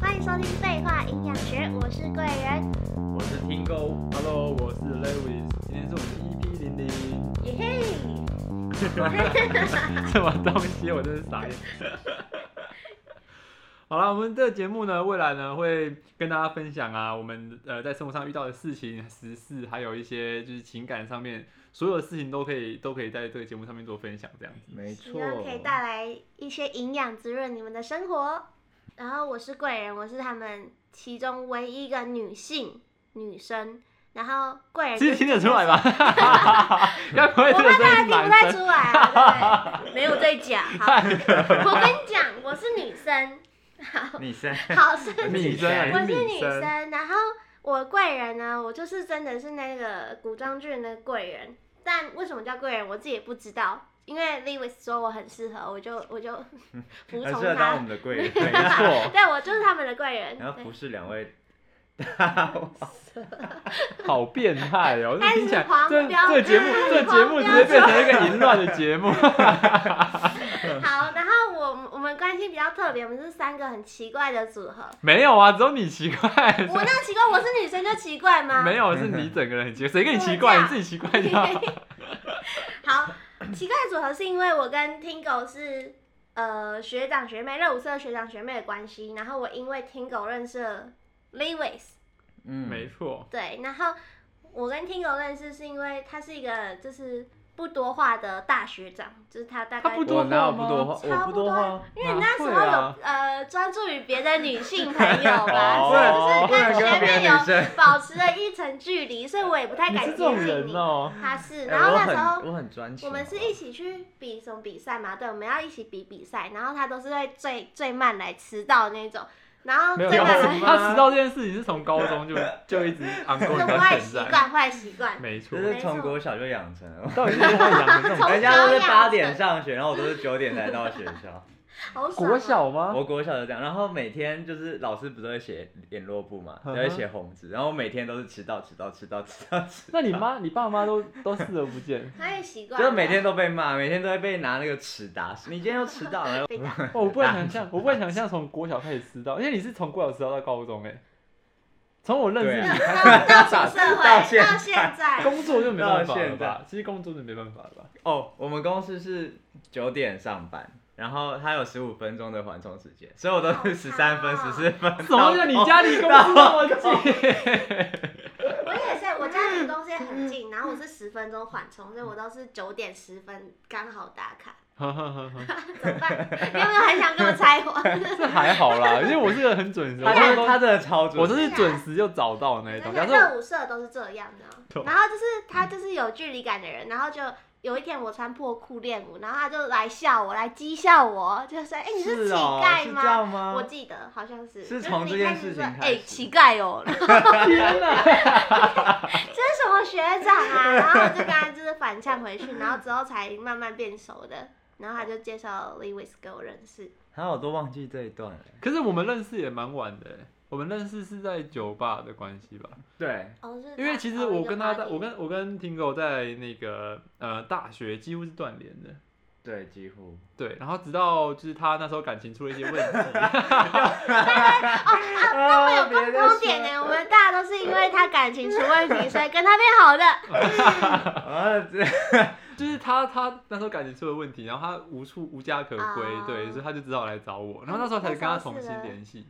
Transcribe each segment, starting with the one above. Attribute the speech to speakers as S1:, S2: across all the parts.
S1: 欢迎收听《废话营养学》，我是贵人，
S2: 我是听沟，Hello，我是 Lewis，今天是我们的 EP 零零，
S1: 耶嘿！
S2: 什么东西？我真是傻眼。 好了，我们这个节目呢，未来呢会跟大家分享啊，我们呃在生活上遇到的事情、时事，还有一些就是情感上面，所有的事情都可以都可以在这个节目上面做分享，这样子。
S3: 没
S1: 希
S3: 错，
S1: 望可以带来一些营养滋润你们的生活。然后我是贵人，我是他们其中唯一一个女性女生。然后贵人
S2: 其
S1: 就
S2: 实
S1: 是
S2: 听得出来吧？ 该不会
S1: 我
S2: 这个
S1: 怕
S2: 真
S1: 大家听不
S2: 的 是男
S1: 太
S2: 生？
S1: 出来啊，对，没有在 讲。好，我跟你讲，我是女生，
S3: 女 生，
S1: 好 是
S2: 女生
S1: 我
S2: 还
S1: 是
S2: 女
S1: 女生，然后我贵人呢，我就是真的是那个古装剧的那个贵人，但为什么叫贵人，我自己也不知道，因为 Lewis 说我很适合，我就我 就服
S3: 很
S1: 从
S3: 适合当我
S1: 他，
S3: 们的贵人，
S2: 没错，
S1: 对我就是他们的贵人，
S3: 然后
S1: 对
S3: 服侍两位。
S2: 好变态哦！这听起来
S1: 开始狂，
S2: 这
S1: 飙
S2: 这节目这节目直接变成一个淫乱的节目。
S1: 好，然后我我们关系比较特别，我们是三个很奇怪的组 合，
S2: 没有啊，只有你奇怪，
S1: 我那奇怪，我是女生就奇怪吗？
S2: 没有是你整个人很奇怪，谁跟你奇怪？
S1: 我
S2: 你自己奇怪 就好。
S1: 好，奇怪的组合是因为我跟 Tingo 是呃学长学妹，热舞社学长学妹的关系，然后我因为 Tingo 认识了 Lewis，
S3: 嗯，
S2: 没错，
S1: 对，然后我跟 Tingo 认识是因为他是一个就是不多话的大学长，就是他大概
S2: 他不多
S3: 我哪有
S2: 话吗
S3: 不多话？
S1: 差
S3: 我
S1: 不
S3: 不
S1: 多
S3: 多
S2: 啊
S3: 话，
S1: 因为你那时候
S2: 哪
S1: 有、
S2: 会啊
S1: 呃专注于别的女性朋友 吧，
S2: 哦
S1: 所以我
S3: 不能
S1: 就是跟学
S3: 跟
S1: 妹
S3: 别的女
S1: 有
S3: 生
S1: 保持了一层距离，所以我也不太
S2: 你
S1: 敢
S2: 是
S1: 接
S2: 这种
S1: 近你。
S2: 人哦。
S1: 他是，
S3: 哎
S1: 然后
S3: 我
S1: 那时候
S3: 很我很专情。
S1: 我们是一起去比什么比赛嘛？对，我们要一起比比赛，然后他都是会最最慢来迟到那种，然后
S2: 没有，
S1: 最
S2: 他
S1: 慢
S3: 有
S1: 来
S3: 吗
S2: 他迟到这件事情是从高中就就一直 o n g
S1: 这
S2: o
S1: 种
S2: i 到
S1: 坏
S2: 现
S1: 习
S2: 在。
S1: 惯，坏习惯。
S2: 没错
S3: 就，是从国小就养成 了。
S2: 到底是不是在养的这
S1: 从
S2: 种
S1: 小
S3: 人家都是
S1: 养
S3: 八
S1: 成
S3: 点上学，然后我都是九点才到学 校。
S1: 好爽、哦
S2: 国。小吗？
S3: 我国小就这样，然后每天就是老师不是会写联络簿嘛，
S2: 嗯哼
S3: 都会写红纸，然后我每天都是迟到，迟到，迟到，迟 到，迟到，
S2: 那你妈、你爸妈都都视而不见。
S1: 他也习惯
S3: 就
S1: 了，
S3: 是每天都被骂，每天都会被拿那个尺打死。你今天又迟到 了，
S1: 被打。
S2: 哦，我不敢想象，我不敢想象从国小开始迟到，而且你是从国小迟到到高中哎、从我认
S3: 对
S2: 识
S3: 啊
S2: 你
S1: 到到出社 会
S3: 到现在
S1: 到现在，
S2: 工作就没办法
S3: 到
S2: 了
S3: 现
S2: 吧
S3: 在？
S2: 其实工作就没办法了吧？
S3: 哦，我们公司是九点上班，然后它有十五分钟的缓冲时间，所以我都是十
S1: 好长
S3: 三分、
S1: 哦
S3: 十四分。
S2: 怎么就你家离公司那么 近？
S1: 我也是，我家离公司也很
S3: 嗯
S1: 近，然后我是十分钟缓冲，所以我都是九点十分刚好打卡。怎么办？ 你有没有很想跟我拆伙？
S2: 这还好啦，因为我是个很准时，我
S3: 他
S2: 真的
S3: 真的 他
S2: 都
S3: 真的超准，
S2: 我都是准时就找到的那一种。
S1: 那
S2: 假
S1: 个
S2: 设我
S1: 热舞社都是这样的
S2: 懂
S1: 哦，然后就是他就是有距离感的人，然后就有一天我穿破裤练舞，然后他就来笑我，来讥笑我，就说：“哎、你
S3: 是
S1: 乞
S3: 哦
S1: 丐
S3: 是
S1: 吗？”
S3: 这样吗
S1: 我记得好像是，
S3: 是
S1: 就
S3: 从
S1: 你
S3: 这件
S1: 看你
S3: 事
S1: 说
S3: 情开
S1: 哎、
S3: 始
S1: 乞丐哦，
S2: 天哪，
S1: 这是什么学长啊？然后我就跟他就是反呛回去，然后之后才慢慢变熟的。然后他就介绍 Lewis 给我认识，
S3: 然后我都忘记这一段了。
S2: 可是我们认识也蛮晚的欸，我们认识是在酒吧的关系吧？
S3: 对，
S1: 哦，是
S2: 因为
S1: 他
S2: 其实
S1: 哦一
S2: 我
S1: 个
S2: 跟他在，
S1: party
S2: 我跟我跟 Tingo 在那个呃大学几乎是断联的。
S3: 对，几乎。
S2: 对，然后直到就是他那时候感情出了一些问题，
S3: 那
S1: 啊会有共同点呢，我们大家都是因为他感情出问题，所以跟他变好的。
S3: 啊，这
S2: 就是他他那时候感情出了问题，然后他无处无家可归，
S1: 啊
S2: 对，所以他就只好来找我，
S1: 哦
S2: 然后那时候才跟他重新联系。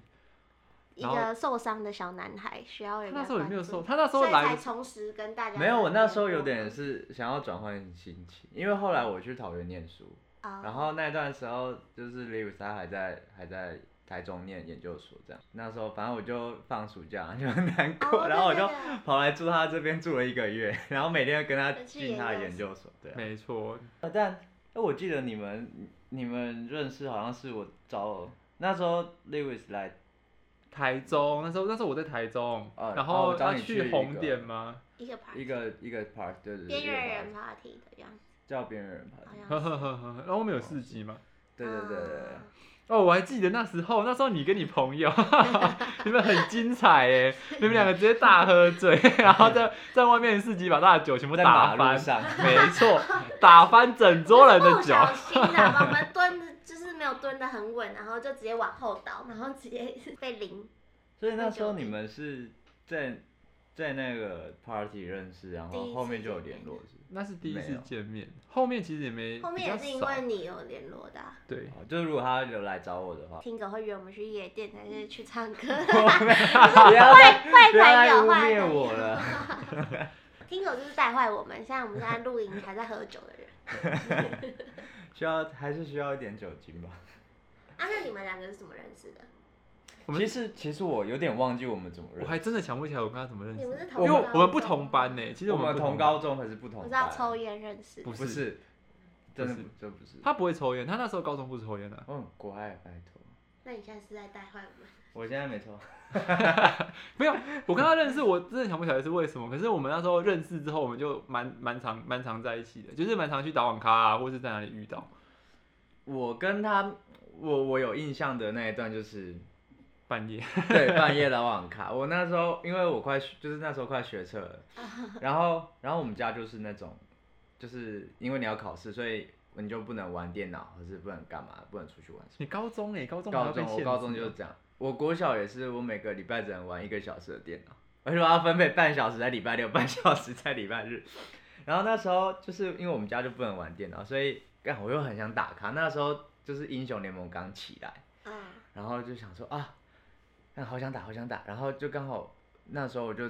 S1: 一个受伤的小男孩需要
S2: 他
S1: 人
S2: 那
S1: 家
S2: 时候也
S1: 关
S2: 没有
S1: 注
S2: 受，，他那时候
S1: 所以
S2: 来
S1: 才重拾跟大家
S3: 没有，我那时候有点是想要转换心情，因为后来我去桃园念书，
S1: 啊，
S3: 然后那段时候就是 Liv 他还在还在台中念研究所这样，那时候反正我就放暑假 就很难过，
S1: 哦
S3: 然后我就
S1: 对对对
S3: 跑来住他这边住了一个月， 然后每天跟他进他的研究所，对、啊。
S2: 没错，
S3: 但哎，我记得你们你们认识好像是我找那时候 Liv 来
S2: 台中那时候那时候我在台中，
S3: 哦
S2: 然
S3: 哦
S2: 后
S3: 我找
S2: 他
S3: 你去一
S2: 去
S3: 个
S2: 红点吗？
S1: 一个 party，
S3: 一个一个 part 对对对，
S1: 啊边
S3: 一个
S1: 缘
S3: part
S1: 人 party 的样子，
S3: 叫边缘人 part，
S1: 好
S2: 呵
S1: 像
S2: 呵呵呵，然后我
S3: 哦
S2: 们有四集嘛。
S3: 对对对对对。
S1: 啊
S2: 哦，我还记得那时候，那时候你跟你朋友， 你们很精彩耶！你们两个直接大喝醉， 然后在在外面的市集把大家的酒全部
S3: 在
S2: 打翻
S3: 马路，上，
S2: 没错，打翻整桌人的
S1: 不
S2: 酒。
S1: 啊小心的，把我们蹲着就是没有蹲得很稳，然后就直接往后倒，然后直接被淋。
S3: 所以那时候你们是在在那个 party 认识，然
S1: 第一
S3: 后
S1: 次
S3: 后面就有联络是不
S2: 那是第一
S3: 没
S2: 次
S3: 有
S2: 见面，后面其实也没
S1: 后面也是
S2: 比
S1: 因
S2: 较少
S1: 为你有联络 的啊、
S2: 对
S3: 是，哦就是如果他有来找我 的话，
S1: 听狗会约我们去夜店还是去唱歌？
S3: 不要再
S1: 坏
S3: 不
S1: 朋
S3: 要再
S1: 友，
S3: 污
S1: 坏
S3: 蔑
S1: 朋 友。
S3: 我了。
S1: 听狗就是带坏我们，像我们现在录音还在喝酒的人。
S3: 需要还是需要一点酒精吧。
S1: 啊，那你们两个是怎么认识的？
S2: 我们
S3: 其实其实我有点忘记我们怎么认
S2: 我
S3: 识，
S2: 还真的想不起来我跟他怎么认识
S1: 你们
S2: 的，
S1: 是
S2: 因
S1: 同
S2: 为
S1: 高
S2: 我们不
S1: 中
S2: 同
S1: 吗
S2: 班呢。其实
S3: 我
S2: 们
S3: 们
S2: 不
S3: 同
S2: 班
S3: 高，中还是不同
S1: 我
S3: 班？
S1: 知道抽烟认识的，
S2: 不
S3: 不是，真的不
S2: 不是
S3: 真的不是。
S2: 他不会抽烟，他那时候高中不抽 烟的、啊
S3: 我很乖，拜托。
S1: 那你现在是在带坏我们？
S3: 我现在没抽。
S2: 没有，我跟他认识，我真的想不起来是为什么。可是我们那时候认识之后，我们就蛮蛮常蛮常在一起的，就是蛮常去打网咖啊，或是在哪里遇到。
S3: 我跟他，我我有印象的那一段就是，
S2: 半夜
S3: 对，半夜来网咖。我那时候因为我快学就是那时候快学车了，然后然后我们家就是那种，就是因为你要考试，所以你就不能玩电脑，或是不能干嘛，不能出去玩。
S2: 你高中哎、高中还
S3: 高
S2: 要被
S3: 中
S2: 限
S3: 我
S2: 制
S3: 高中就是
S2: 哦
S3: 这样，我国小也是，我每个礼拜只能玩一个小时的电脑，而且我要分配半小时在礼拜六，半小时在礼拜日。然后那时候就是因为我们家就不能玩电脑，所以干我又很想打卡。那时候就是英雄联盟刚起来，
S1: 啊、
S3: 然后就想说啊，干好想打，好想打。然后就刚好那时候我就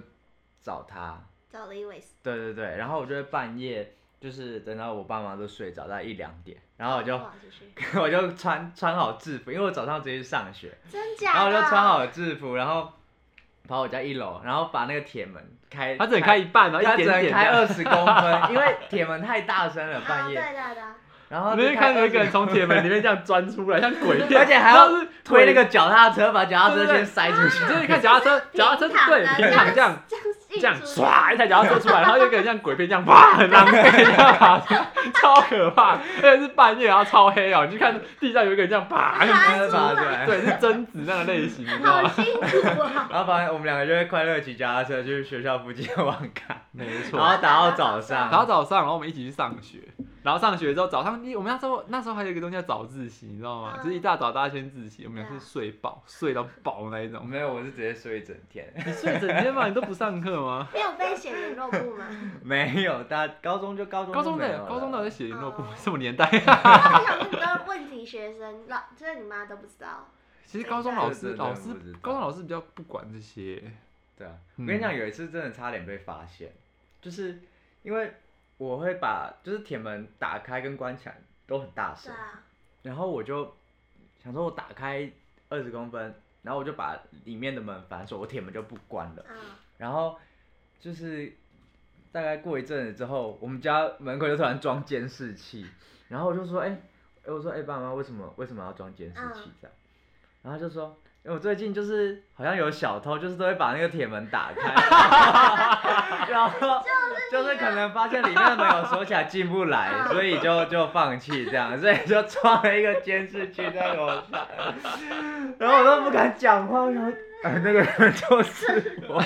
S3: 找他，
S1: 找了一位
S3: 对对对，然后我就会半夜就是等到我爸妈都睡着，大概一两点，然后我就、
S1: 哇出去
S3: 我就穿穿好制服，因为我早上直接去上学。
S1: 真
S3: 然
S1: 假
S3: 后
S1: 的？
S3: 我就穿好了制服，然后跑我家一楼，然后把那个铁门开，
S2: 他只能开一半，然后
S3: 他
S2: 一
S3: 只
S2: 点
S3: 能
S2: 点啊
S3: 开
S2: 这
S3: 二十公 分，因为铁门太大声了，
S1: 啊，
S3: 半
S1: 对
S3: 夜。
S1: 的对的，
S3: 然
S2: 样。
S3: 后
S2: 你
S3: 就
S2: 们看
S3: 开
S2: 到一个人从铁门里面这样钻出来，像鬼片，
S3: 而且还要
S2: 然后是
S3: 推
S2: 鬼。
S3: 那个脚踏车，把脚踏车
S2: 对对
S3: 先塞出 去
S2: 你。就是看脚 踏车，脚踏车
S1: 平躺
S2: 对
S1: 的
S2: 平躺这样，
S1: 这样
S2: 这
S1: 运
S2: 样
S1: 出去
S2: 唰一台脚踏车出来，然后就有点像鬼片这 样，哇，很狼狈，这样爬出超可怕，而且是半夜，然后超黑哦，你就看地上有一个人这样爬，
S1: 爬
S3: 真的
S1: 出
S3: 爬出
S1: 来
S3: 来
S2: 对，是贞子那个类型，你知道
S1: 好
S2: 吗？
S1: 辛苦啊！
S3: 然后反正我们两个就会快乐骑脚踏车去学校附近的网咖，
S2: 没
S3: 然
S2: 错。
S3: 后打到早上。
S2: 然后早上，然后我们一起去上学，然后上学之后早上，一我们那时候那时候还有一个东西叫早自习，你知道吗？
S1: 嗯
S2: 就是一大早大家先自习，我们俩
S1: 啊
S2: 是睡爆，睡到爆那一种。
S3: 没有，我是直接睡一整天。
S2: 你睡整天嘛，你都不上课吗？
S1: 没有被写联络簿 吗？
S3: 没有，大高中就高中
S2: 高
S3: 就
S2: 中
S3: 没有
S2: 的
S3: 了，
S2: 高中的有在写联络
S1: 嗯
S2: 簿，什么年代？
S1: 我
S2: 啊
S1: 想问你都问题学生，老这你妈都不知道。
S2: 其实高中老
S3: 这
S2: 师
S3: 真的
S2: 老师
S3: 不知道
S2: 高中老师比较不管这些，
S3: 对啊，
S2: 嗯
S3: 我跟你讲，有一次真的差点被发现，就是因为我会把就是铁门打开跟关起来都很大
S1: 对
S3: 声，
S1: 啊，
S3: 然后我就想说我打开二十公分，然后我就把里面的门反锁，我铁门就不关了，
S1: 啊，
S3: 然后就是大概过一阵子之后，我们家门口就突然装监视器，然后我就说，哎、哎我说，哎、爸妈为什么为什么要装监视器
S1: 嗯
S3: 这样？然后他就说，因为我最近就是好像有小偷，就是都会把那个铁门打开， 然后就是可能发现里面的门有锁起来进不来，所以就就放弃这样，所以就装了一个监视器在楼上， 然后我都不敢讲话，然后哎、那个人就是我。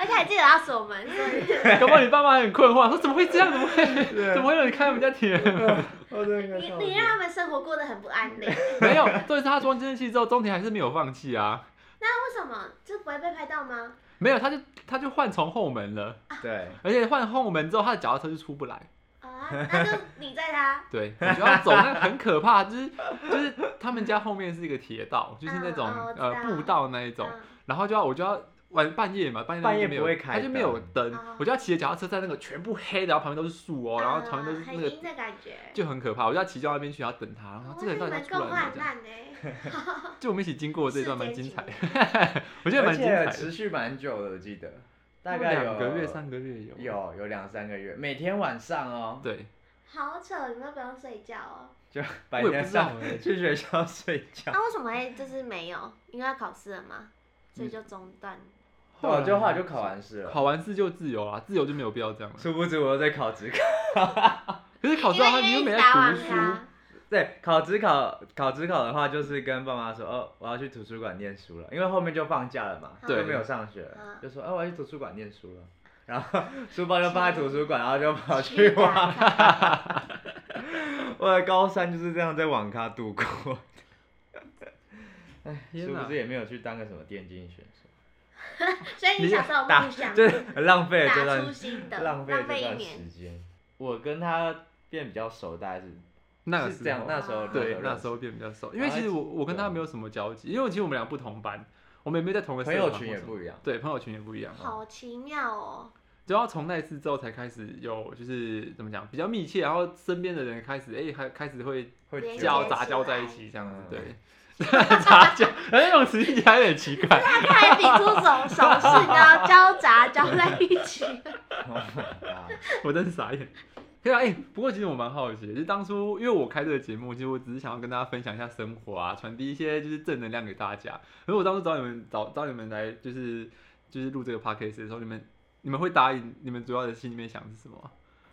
S1: 而且还记得要锁门，所以
S2: 搞不好你爸妈很困惑， 说怎么会这样？怎么会？
S3: 对
S2: 怎么会让你开我们家铁门？
S3: 我真的
S1: 你你让他们生活过得很不安 定。
S2: 没有，重点是他装监视器之后，中田还是没有放弃啊。
S1: 那为什么就不会被拍到吗？
S2: 没有，他就他就换从后门了，
S3: 对，
S2: 而且换后门之后，他的脚踏车就出不来。
S1: 啊，那就你在他
S2: 对，你就要走，那很可怕， 就是就是他们家后面是一个铁道，就是那种
S1: 嗯嗯我知道嗯
S2: 呃步道那一种，然后就要我就要晚半夜嘛，半夜那
S3: 半夜
S2: 就没有
S3: 不会开
S2: 他就没有灯
S1: 哦，
S2: 我就要骑着脚踏车在那个全部黑的，然后旁边都是树
S1: 啊
S2: 哦，然后旁边都是那
S1: 很
S2: 个
S1: 阴的感觉。
S2: 就很可怕，我就要骑到那边去，然后等他，然后
S1: 哇
S2: 这个人
S1: 那
S2: 到
S1: 你
S2: 底要
S1: 们更
S2: 出来没有
S1: 患
S2: 这样？
S1: 难呢，欸
S2: 就 我们一起经过这一段蛮
S1: 世间
S2: 精彩，
S1: 情
S2: 我觉得蛮精彩
S3: 而且
S2: 的，
S3: 持续蛮久的，我记得大
S2: 大
S3: 概有
S2: 两个月、三个月有。
S3: 有有两三个月，每天晚上哦，
S2: 对，
S1: 好扯，你们不用睡觉 哦。
S3: 就
S2: 我
S3: 白
S2: 也
S3: 天
S2: 不知道啊
S3: 上
S2: 哎、
S3: 去学校睡 觉。
S1: 那为什么会就是没有？因为要考试了嘛，所以就中断。
S3: 对，我哦就后来就考完试了，
S2: 考完试就自由啦，自由就没有必要这样了。
S3: 殊不知我又在考职考，
S2: 可是考
S1: 因
S2: 试的话，
S1: 为
S2: 你
S1: 因
S2: 又
S1: 为
S2: 没
S1: 一直
S2: 在
S1: 打
S2: 读
S1: 网
S2: 书，
S1: 咖，
S3: 对，考职考考职考的话，就是跟爸妈说，哦，我要去图书馆念书了，因为后面就放假了嘛，
S1: 对
S3: 就没有上学
S1: 嗯，
S3: 就说，哦，我要去图书馆念书了。 然后书包就放
S1: 啊
S3: 在图书馆，然后就跑去网。
S1: 打卡
S3: 我的高三就是这样在网咖度过。
S2: 天
S3: 是不
S2: 哪
S3: 是也没有去当个什么电竞选手？
S1: 所以你小时候有
S3: 打
S1: 梦想
S3: 就是很浪费了这
S1: 打出
S3: 段
S1: 新的，
S3: 浪费了这
S1: 一
S3: 段
S1: 年。
S3: 时间。我跟他变比较熟，大概是
S2: 那个
S3: 是这样，那时候
S2: 对
S3: 认
S2: 那
S3: 识
S2: 时候变比较熟，因
S3: 然
S2: 为
S3: 后啊
S2: 其实
S3: 一起
S2: 我我跟他没有什么交集，因为其实我们俩不同班，我们也没有在同一个
S3: 朋
S2: 社
S3: 友
S2: 团
S3: 群
S2: 或
S3: 也
S2: 什么
S3: 不一样。
S2: 对朋友群也不一样，
S1: 好奇妙哦！
S2: 主要从那一次之后才开始有就是怎么讲比较密切，然后身边的人开始哎还开始会
S3: 会
S1: 连
S3: 觉
S2: 交
S1: 接
S3: 得
S2: 杂
S1: 起
S2: 交在
S1: 来
S2: 一起这样子，
S3: 嗯
S2: 对。杂交，哎，这种词听起来有点奇怪。
S1: 他还比出手手势，然后交杂交在一起。
S3: 啊
S2: 我真是傻眼。对啊，哎、不过其实我蛮好奇的，就是当初因为我开这个节目，其实我只是想要跟大家分享一下生活啊，传递一些就是正能量给大家。可是我当初找你们找找你们来就是就是录这个 podcast 的时候，你们你们会答应你们主要的心里面想是什么啊？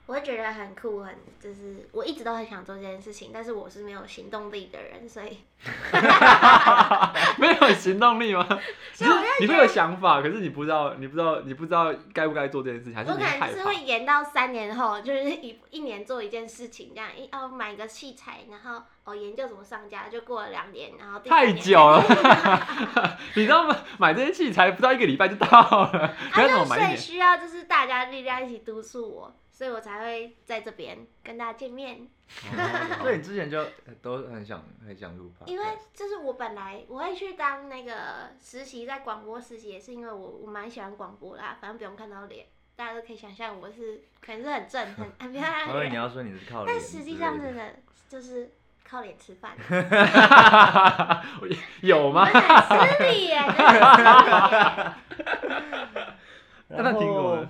S1: 我会觉得很酷，很就是我一直都很想做这件事情，但是我是没有行动力的人，所以
S2: 没有行动力吗？只
S1: 所
S2: 是
S1: 以我
S2: 你会有想法，可是你不知道你不知道你不知道该不该做这件事情，还
S1: 我
S2: 是
S1: 可
S2: 你害
S1: 能
S2: 怕
S1: 就是会延到三年后，就是一一年做一件事情，这样一哦买个器材，然后哦研究怎么上架，就过了两年，然后第三
S2: 太
S1: 年
S2: 久了。 你知道吗？买这些器材不到一个礼拜就到 了，
S1: 啊，
S2: 可是怎
S1: 那
S2: 么买
S1: 所
S2: 一
S1: 以
S2: 年？
S1: 需要就是大家力量一起督促我，所以我才会在这边跟大家见面。
S3: 所以你之前就都很想很想录 podcast
S1: 因为就是我本来我会去当那个实习，在广播实习也是因为我我蛮喜欢广播啦，反正不用看到脸，大家都可以想象我是可能是很正 很很 漂亮
S3: 我
S1: 的
S3: 以为你
S1: 人，
S3: 要说你是靠
S1: 但
S3: 脸，
S1: 实际上真的就是靠脸吃饭，
S2: 有
S1: 我
S2: 吗？
S1: 很吃力耶，真的 很吃力耶
S2: 那那
S3: 然后
S2: 苹果呢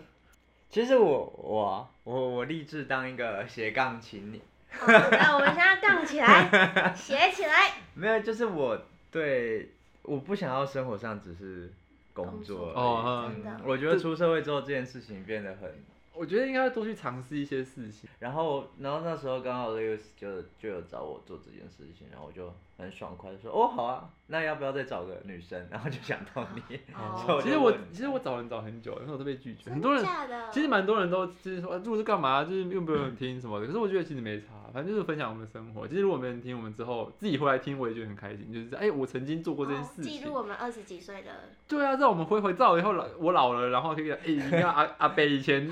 S3: 其实我我啊我我立志当一个斜杠青年，
S1: 好哦那我们现在杠起来，写起来，
S3: 没有，就是我对我不想要生活上只是工作
S1: 工
S2: 作
S3: 而已
S1: 真的
S3: 嗯我觉得出社会之后这件事情变得很，
S2: 我觉得应该要多去尝试一些事情。
S3: 然后然后那时候刚好 Lewis 就就有找我做这件事情，然后我就很爽快地说哦好啊，那要不要再找个女生？然后就想到你，
S1: 哦
S3: 所以
S2: 其
S3: 就
S2: 实我
S3: 问
S2: 其实我找人找很久，然后都被拒绝。
S1: 真
S2: 很多
S1: 的
S2: 人
S1: 假的？
S2: 其实蛮多人都就是说啊录是干嘛，就是又没有人听什么的。可是我觉得其实没差，反正就是分享我们的生活。其实如果没人听，我们之后自己回来听，我也觉得很开心。就是哎、我曾经做过这件
S1: 哦
S2: 事
S1: 记
S2: 情。
S1: 录我们二十几岁 的，
S2: 对啊，让我们回回照以后老我老了，然后可以哎、你看阿 阿贝以前，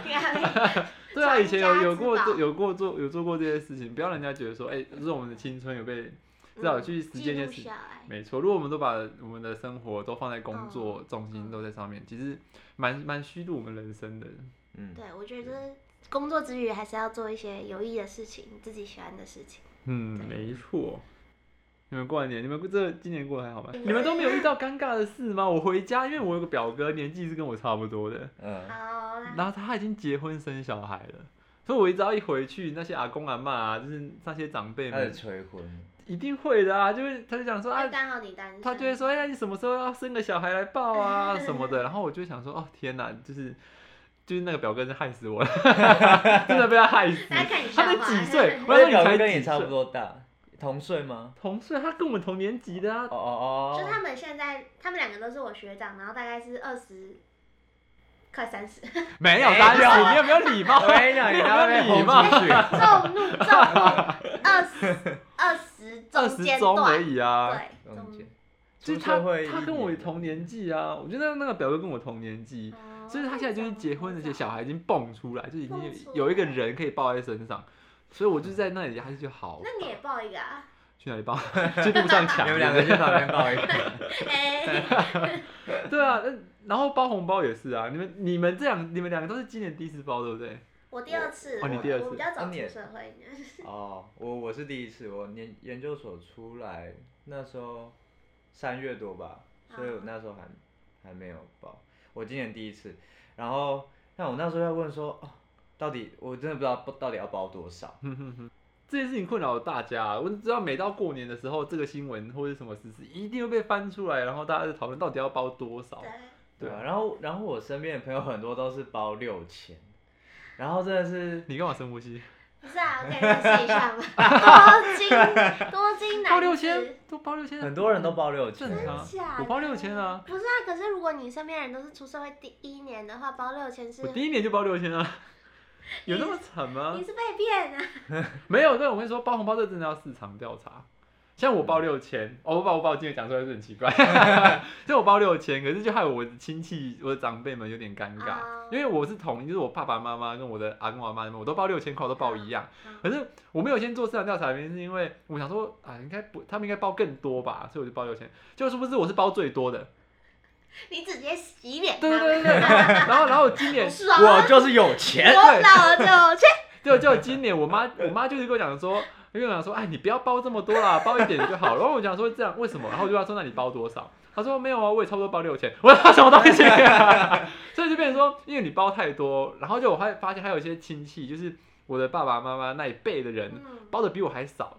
S2: 对啊，以前有有过
S1: 啊传家之
S2: 做
S1: 宝
S2: 有过做有做过这些事情，不要让人家觉得说哎、就是我们的青春有被至少去实
S1: 嗯记
S2: 践一件
S1: 录
S2: 事情
S1: 下。来，
S2: 没错，如果我们都把我们的生活都放在工作、重心
S1: 嗯
S2: 都在上面，其实蛮蛮虚度我们人生的。
S3: 嗯，
S1: 对，我觉得就是工作之余还是要做一些有益的事情，自己喜欢的事情。
S2: 嗯，没错。你们过完年，你们这今年过得还好吗？
S1: 嗯
S2: 你们都没有遇到尴尬的事吗？我回家，因为我有个表哥，年纪是跟我差不多的，
S3: 嗯，
S1: 好啦，
S2: 然后他已经结婚生小孩了，所以我一早一回去，那些阿公阿嬷啊，就是那些长辈
S3: 开始
S2: 们，
S3: 催婚，
S2: 一定会的啊，就是他就讲说啊
S1: 那，刚好你单身，
S2: 他就会说：“哎、呀，你什么时候要生个小孩来 抱啊什么的。”然后我就想说：“哦，天哪，就是就是那个表哥真害死 我了，真的被他害死。
S1: 大家看你
S2: 他
S1: 笑
S2: 才
S1: 话。
S2: 几岁？我
S3: 我
S2: 想
S3: 的表
S2: 说你
S3: 哥
S2: 才
S3: 跟你
S2: 几
S3: 差不
S2: 岁？
S3: 多大，同岁 吗？
S2: 同岁，他跟我们同年级的啊
S3: 哦。哦
S1: 就
S3: 哦，
S1: 他们现在，他们两个都是我学长，然后大概是二十，快三 十，
S2: 没有
S3: 没
S2: 三
S3: 有
S2: 十，你有没有礼貌
S3: 我？跟你讲，你他会被 轰出去。
S1: 众怒众 怒，二十二十
S2: 二
S1: 中
S2: 十
S1: 间
S2: 中而
S1: 段，
S2: 已啊。
S1: 对，
S3: 中间
S1: 中，
S2: 就是
S3: 出
S2: 他
S3: 社会
S2: 他
S3: 一
S2: 跟我
S3: 年
S2: 同年纪啊，我觉得那个表哥跟我同年纪，
S1: 哦
S2: 所以他现在就是结婚，而且小孩已经蹦出来，就已经
S1: 蹦出来
S2: 有一个人可以抱在身上，所以我就是在那里，他就觉得好
S1: 那你也报一个 啊？
S2: 去哪里 抱？去路上抢？
S3: 你们两个去旁边抱一个，
S1: 哎，
S2: 对啊，那然后包红包也是啊，你们你们这样，你们两个都是今年第一次包，对不对？
S1: 我第二次，
S2: 哦你第二次
S1: 我比较早
S3: 哦你
S1: 出
S3: 也
S1: 社会，
S3: 哦，我我是第一次，我研研究所出来那时候三月多吧，所以我那时候还还没有报，我今年第一次。然后，但我那时候在问说，哦，到底我真的不知道到底要包多少。
S2: 这件事情困扰大家、啊我只知道每到过年的时候，这个新闻或者什么事情一定会被翻出来，然后大家就讨论到底要包多少
S1: 对。，
S3: 对啊，然后然后我身边的朋友很多都是包六千，然后真的是
S2: 你干嘛深呼吸？
S1: 不是啊，我可以认识一下 吗？多金多金男
S2: 包
S1: 子
S2: 六千，都包六千，啊
S3: 很多人都包六千，
S2: 嗯正常
S1: 真假的
S2: 我包六千啊，
S1: 不是啊，可是如果你身边人都是出社会第一年的话，包六千是
S2: 我第一年就包六千啊，有那么惨吗
S1: 你？是被骗啊！
S2: 没有，但我跟你说，包红包这真的要市场调查。像我包六
S1: 嗯
S2: 千，哦，我把我把我金额讲出来是很 奇怪，就我包六千，可是就害我的亲戚、我的长辈们有点尴尬
S1: 哦
S2: 因为我是统一，就是我爸爸妈妈跟我的阿公阿妈们，我都包六千块，我都包一样。
S1: 嗯
S2: 可是我没有先做市场调查，原因是因为我想说啊，应该不，他们应该包更多吧，所以我就包六千。就是不是我是包最多的？
S1: 你直接洗脸他
S2: 对
S1: 们，
S2: 对对对。 然后然后今年
S1: 爽啊，
S3: 我就是有钱，
S1: 我老了就去，
S2: 就就今年我妈我妈就是跟我讲说，跟我讲说，哎，你不要包这么多啦，包一点就好。然后我讲说这样为什么？然后我就跟她说，那你包多少？她说没有啊，我也差不多包六千。我说什 么东西、啊？ 所以就变成说，因为你包太多，然后就我还发现还有一些亲戚，就是我的爸爸妈妈那一辈的人，
S1: 嗯，
S2: 包的比我还少，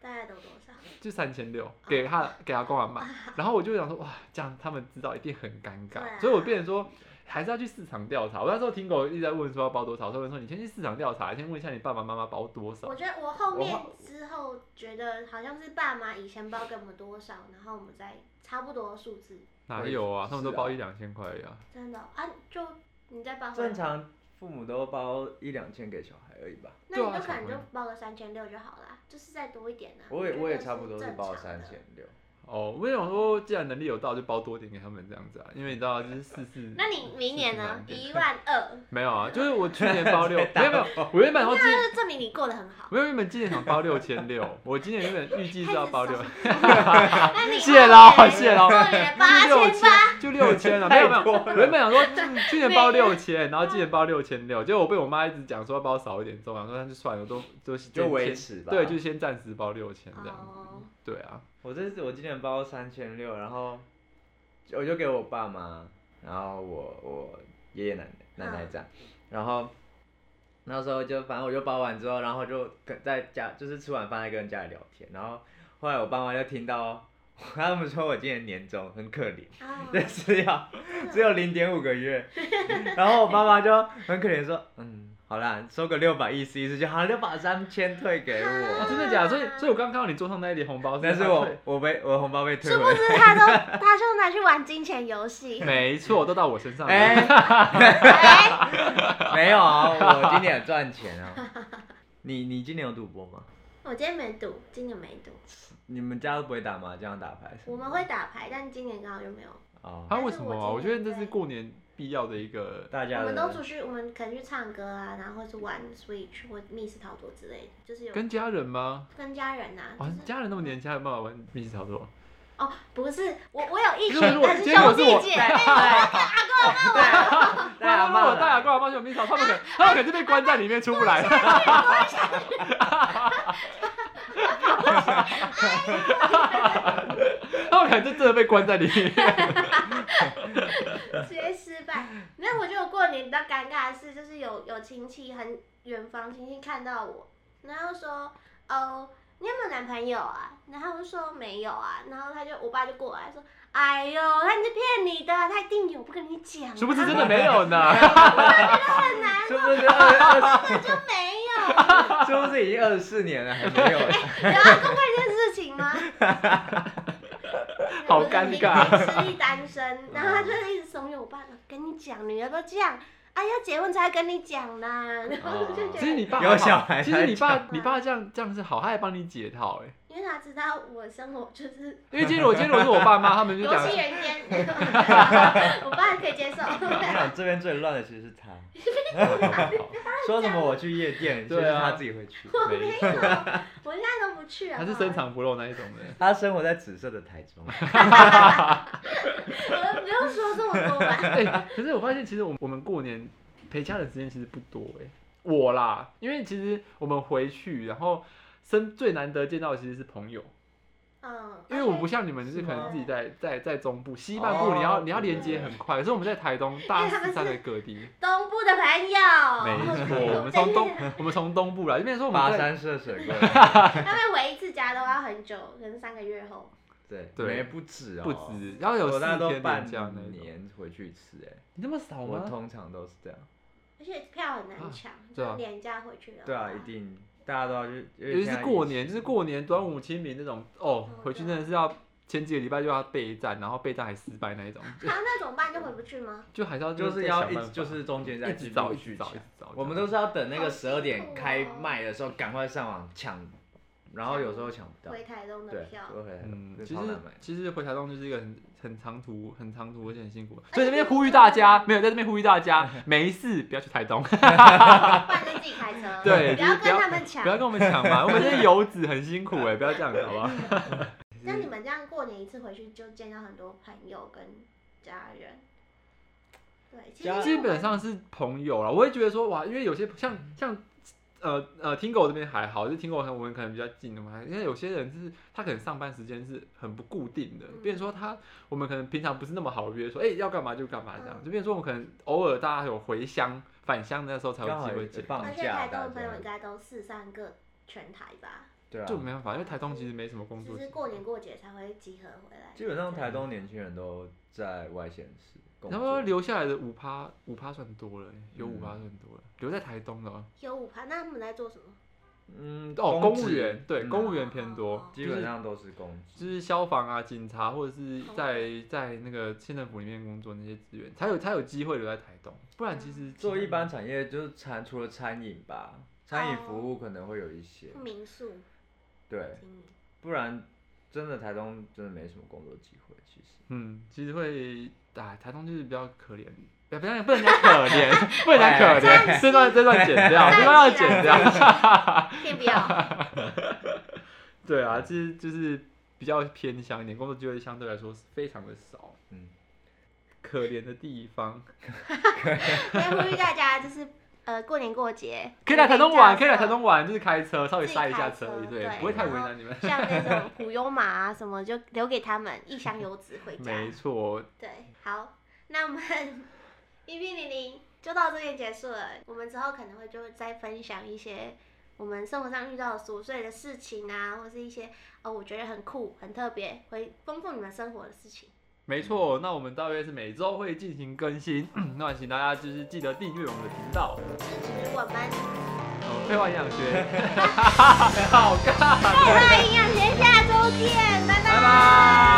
S1: 大概都多少？
S2: 就三千六，给他给他公阿妈。然后我就想说，哇，这样他们知道一定很尴尬，
S1: 对啊
S2: 所以我变成说。还是要去市场调查。我那时候听狗一直在问说要包多少，他们说你先去市场调查，先问一下你爸爸妈妈包多少
S1: 我。觉得我后面
S3: 我
S1: 之后觉得好像是爸妈以前包给我们多少，然后我们再差不多的数字，
S2: 哪
S3: 我也
S2: 有啊？
S3: 是
S2: 他们都
S3: 啊
S2: 包一两千块而已啊。
S1: 真的啊，就你再包回来
S3: 正，常父母都包一两千给小孩而已吧。
S1: 那你
S2: 对啊
S1: 就可能
S2: 小
S1: 就
S2: 朋友
S1: 包个三千六就好啦，就是再多一点呢、啊。
S3: 我也
S1: 觉
S3: 我也
S1: 得
S3: 差不多是
S1: 正
S3: 包
S1: 常的
S3: 三，千六，
S2: 哦，我想说，既然能力有到，就包多点给他们这样子啊，因为你知道，就是四四。
S1: 那你明年呢
S2: 四？四
S1: 一万二，
S2: 没有啊，就是我去年包六，没有没有，我原本说今，
S1: 这证明你过得很好。
S2: 我原本今年想包六千六，我今年原本预计是要包六，
S1: 那你
S2: 谢啦
S1: 后年
S2: 谢啦
S1: 后 年八
S2: 就六
S1: 千八，
S2: 千，就六千了，没
S3: 太
S2: 有没
S3: 多
S2: 有，
S3: 了
S2: 我原本想说嗯去年包六千，然后今年包六千六，结果我被我妈一直讲说要包少一点，重，我想说那就算了，都都
S3: 就维
S2: 先
S3: 持吧。
S2: 对，就先暂时包六千这样，
S1: 哦，
S2: 对啊，
S3: 我这次我今年包三千六，然后我就给我爸妈，然后我我爷爷奶奶奶奶这样，然后那时候就反正我就包完之后，然后就跟在家就是吃完饭在跟家里聊天，然后后来我爸妈就听到。 他们说我今年年终很可怜，
S1: 啊
S3: 但是要只有零点五个月，然后我妈妈就很可怜说，嗯，好啦，收个六百意思意思就好，就把三千退给
S2: 啊
S3: 我。
S2: 真的假的？所以所以我刚刚看到你桌上那一叠红包，
S3: 但是
S2: 她
S3: 我
S2: 退
S3: 我被我的红包被退
S1: 殊不
S3: 回 来。
S1: 知他都他就拿去玩金钱游戏。
S2: 没错，都到我身上了。
S3: 哎、
S1: 哎，
S3: 没有啊，我今年有赚钱 啊。你你今年有赌博吗？
S1: 我今天没赌，今年没赌，
S3: 你们家都不会打麻将、打牌什么？
S1: 我们会打牌，但今年刚好就没有。
S3: 哦，
S2: 啊，为什么啊？
S1: 但是我
S2: 我
S1: 今
S2: 觉
S1: 年
S2: 得这是过年必要的一个，
S3: 大家
S1: 我们都出
S3: 的
S1: 去，我们可能去唱歌啊，然后或是玩 Switch 或密室逃脱之类的，就是有
S2: 跟家人吗？
S1: 跟家人啊，就
S2: 哇
S1: 是，
S2: 家人那么年轻，还有办法玩密室逃脱？
S1: 哦，不是我，我有一群，
S2: 如果如果
S1: 但是
S2: 今天我
S1: 兄
S2: 是我
S1: 弟 姐妹，阿公阿妈玩，
S3: 大家
S2: 妈我
S3: 骂
S2: 大牙
S3: 了。
S2: 怪我发现有密室逃脱，他们可他们可能就被关在里面出不 来。他们可能就真的被关在里面。
S1: 直接失败。没有，我觉得我过年比较尴尬的是，就是有有亲戚很远方亲戚看到我，然后说，哦，你有没有男朋友啊？然后我就说没有啊，然后他就我爸就过来说，哎呦，他你是骗你的，他一定有，不跟你讲啊，
S2: 殊不知真的没有 呢。
S1: 很难，
S3: 是不是二
S1: 根本就没有。啊
S3: 是不是已经二十四年了还没有？
S1: 有要公开这件事情吗？
S2: 好尴尬
S1: 我就是临时一单身，然后他就一直怂恿我爸，跟你讲，女儿都这样，啊，要结婚才跟你讲啦。
S2: 哦
S1: 然后我就觉
S2: 其实
S1: 得，
S2: 你爸
S3: 有小孩才
S2: 其实你爸你爸这样这样是好，他还帮你解套哎。
S1: 因为他知道我生活就是
S2: 因为今天我今天如果是我爸妈，他们就
S1: 游
S2: 讲
S1: 戏人间， 我爸可以接受。
S3: 我想这边最乱的其实是他，说什么我去夜店，其实
S2: 对啊
S3: 他自己会去。
S2: 没
S1: 没有，我现在都不去啊。
S2: 他是深藏不露那一种的。
S3: 他生活在紫色的台中，
S1: 我不用说这么多吧。
S2: 哎、 可是我发现其实我们我们过年陪家的时间其实不多哎、我啦，因为其实我们回去，然后生最难得见到的其实是朋友，
S1: 嗯，
S2: 因为我们不像你们就是
S3: 啊是
S2: 可能
S1: 吗
S2: 自己在在在中部、西半部，你要
S3: 哦
S2: 你要连接很快，可是我们在台东大
S1: 因为他们
S2: 四
S1: 是
S2: 散的各 地，
S1: 东部的朋友，
S2: 没错， 我们从东我们从东部来，就变成说我
S3: 跋
S2: 们在
S3: 山涉水 过来。
S1: 他们回一次家都要很久，可能三个月后。
S3: 对，
S2: 对
S3: 没不止哦，
S2: 不止，然后有
S3: 我
S2: 四
S3: 大概都
S2: 天
S3: 半
S2: 连假那种，
S3: 年回去一次，哎，
S2: 你那么少
S3: 我
S2: 吗？
S3: 通常都是这样。
S1: 而且票很难抢，
S2: 对啊
S1: 就廉价回去了。
S3: 对啊，一。定大家都要去，尤
S2: 尤其
S3: 现
S2: 是
S3: 在
S2: 过
S3: 疫
S2: 年，
S3: 情
S2: 就是过年、端午、清明这种，哦，回去
S3: 啊
S2: 真的是要前几个礼拜就要备战，然后备战还失败那一种。
S1: 他那怎么办？就回不去吗？
S2: 就还是要
S3: 就是
S2: 再
S3: 要
S2: 想
S3: 一
S2: 办
S3: 直就是中间
S2: 法
S3: 再
S2: 一
S3: 继
S2: 直
S3: 续
S2: 找一
S3: 去
S2: 直找一
S3: 抢
S2: 直找，
S3: 我们都是要等那
S1: 好
S3: 个
S1: 辛
S3: 十二点
S1: 苦
S3: 开
S1: 哦
S3: 卖的时候赶快上网抢然后有时候抢不到，
S1: 回台东的
S3: 对，
S1: 票，
S3: 就会很
S2: 嗯，
S3: 就
S2: 其实
S3: 超难买。
S2: 其实回台东就是一个很很长途、很长途而且很 辛苦，
S1: 且
S2: 所以这边
S1: 就是
S2: 呼吁大家，没有在这边呼吁大家，没事不要去台东，
S3: 啊
S1: 不然就自己开车，
S2: 对
S1: 不
S2: 就是
S1: 要
S2: 不要
S1: 跟他们抢
S2: 不。要跟我们抢嘛，我们这些游子很辛苦哎，不要这样子好不好？
S1: 那你们这样过年一次回去就见到很多朋友跟家人，对，其
S3: 家
S1: 实
S2: 基本上是朋友啦，我会觉得说哇，因为有些像像呃呃，听狗这边还好，就是听狗我们可能比较近的嘛，因为有些人就是他可能上班时间是很不固定的，
S1: 嗯
S2: 变成说他我们可能平常不是那么好约，说哎、要干嘛就干嘛这样，
S1: 嗯
S2: 就变成说我们可能偶尔大家有回乡返乡的时候才有
S3: 刚好
S2: 机会
S3: 也
S2: 见到
S3: 放，
S1: 而且
S3: 假
S1: 台
S3: 大
S1: 东的朋友
S3: 家
S1: 应该都四散各全台吧，
S3: 对啊，
S2: 就没办法，因为台东其实没什么工
S1: 只
S2: 作
S1: 是
S2: 机
S1: 过
S2: 会。
S1: 年过节才会集合回来。
S3: 基本上台
S1: 嗯
S3: 东年轻人都在外县市工
S2: 然后
S3: 作。
S2: 留下来的五趴五趴算多了欸，有五
S3: 嗯
S2: 趴算多了，留在台东的哦
S1: 有五趴，那他们在做什么？
S3: 嗯，
S2: 哦，公务
S3: 职
S2: 员对
S3: 嗯
S2: 公务员偏多
S1: 哦，
S3: 基本上都是公职。
S2: 就是消防啊、警察或者是
S1: 哦
S2: 在在那个县政府里面工作那些职员，才有才有机会留在台东，不然
S1: 嗯
S2: 其实
S3: 做一般产业就是餐，除了餐饮吧，餐饮服
S1: 哦
S3: 务可能会有一些，
S1: 民宿
S3: 对，
S1: 经 营。
S3: 不然真的台东真的没什么工作机会，其实。
S2: 嗯，其实会啊，台东就是比较可怜，不不能不能讲 可怜，不能讲可怜，这段这段剪掉，这段要剪掉。
S1: 先不要。
S2: 对啊，其实就是比较偏乡一点，工作机会相对来说是非常的少，
S3: 嗯，
S2: 可怜的地方。
S1: 所以呼吁大家就是呃过年过节
S2: 可以来台东玩，啊可以来台
S1: 东。
S2: 东玩，就是开车稍微
S1: 自己
S2: 塞一下
S1: 开
S2: 车
S1: 车，
S2: 对，
S1: 对
S2: 不会太为
S1: 然后
S2: 难你们。
S1: 像那种虎油马啊什么，就留给他们一箱油脂回家。
S2: 没错，
S1: 对，好，那我们一 p 零零就到这里结束了。我们之后可能会就再分享一些我们生活上遇到的琐碎的事情啊，或是一些哦我觉得很酷、很特别，会丰富你们生活的事情。
S2: 没错，那我们大约是每周会进行更新， 那请大家就是记得订阅我们的频道，
S1: 支持我们
S2: 呃废话营养学， 好尬，
S1: 快乐营养学，下周见，拜
S2: 拜拜。